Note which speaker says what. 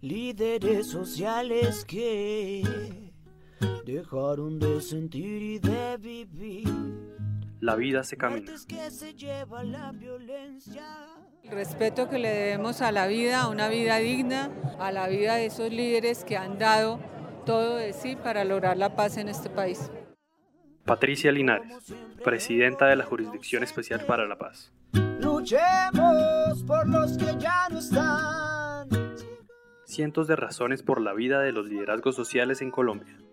Speaker 1: líderes sociales que dejaron de sentir y de vivir.
Speaker 2: La vida se camina.
Speaker 1: Muertes que se lleva la violencia.
Speaker 3: El respeto que le debemos a la vida, a una vida digna, a la vida de esos líderes que han dado todo de sí para lograr la paz en este país.
Speaker 2: Patricia Linares, presidenta de la Jurisdicción Especial para la Paz.
Speaker 1: Luchemos por los que ya no están.
Speaker 2: Cientos de razones por la vida de los liderazgos sociales en Colombia.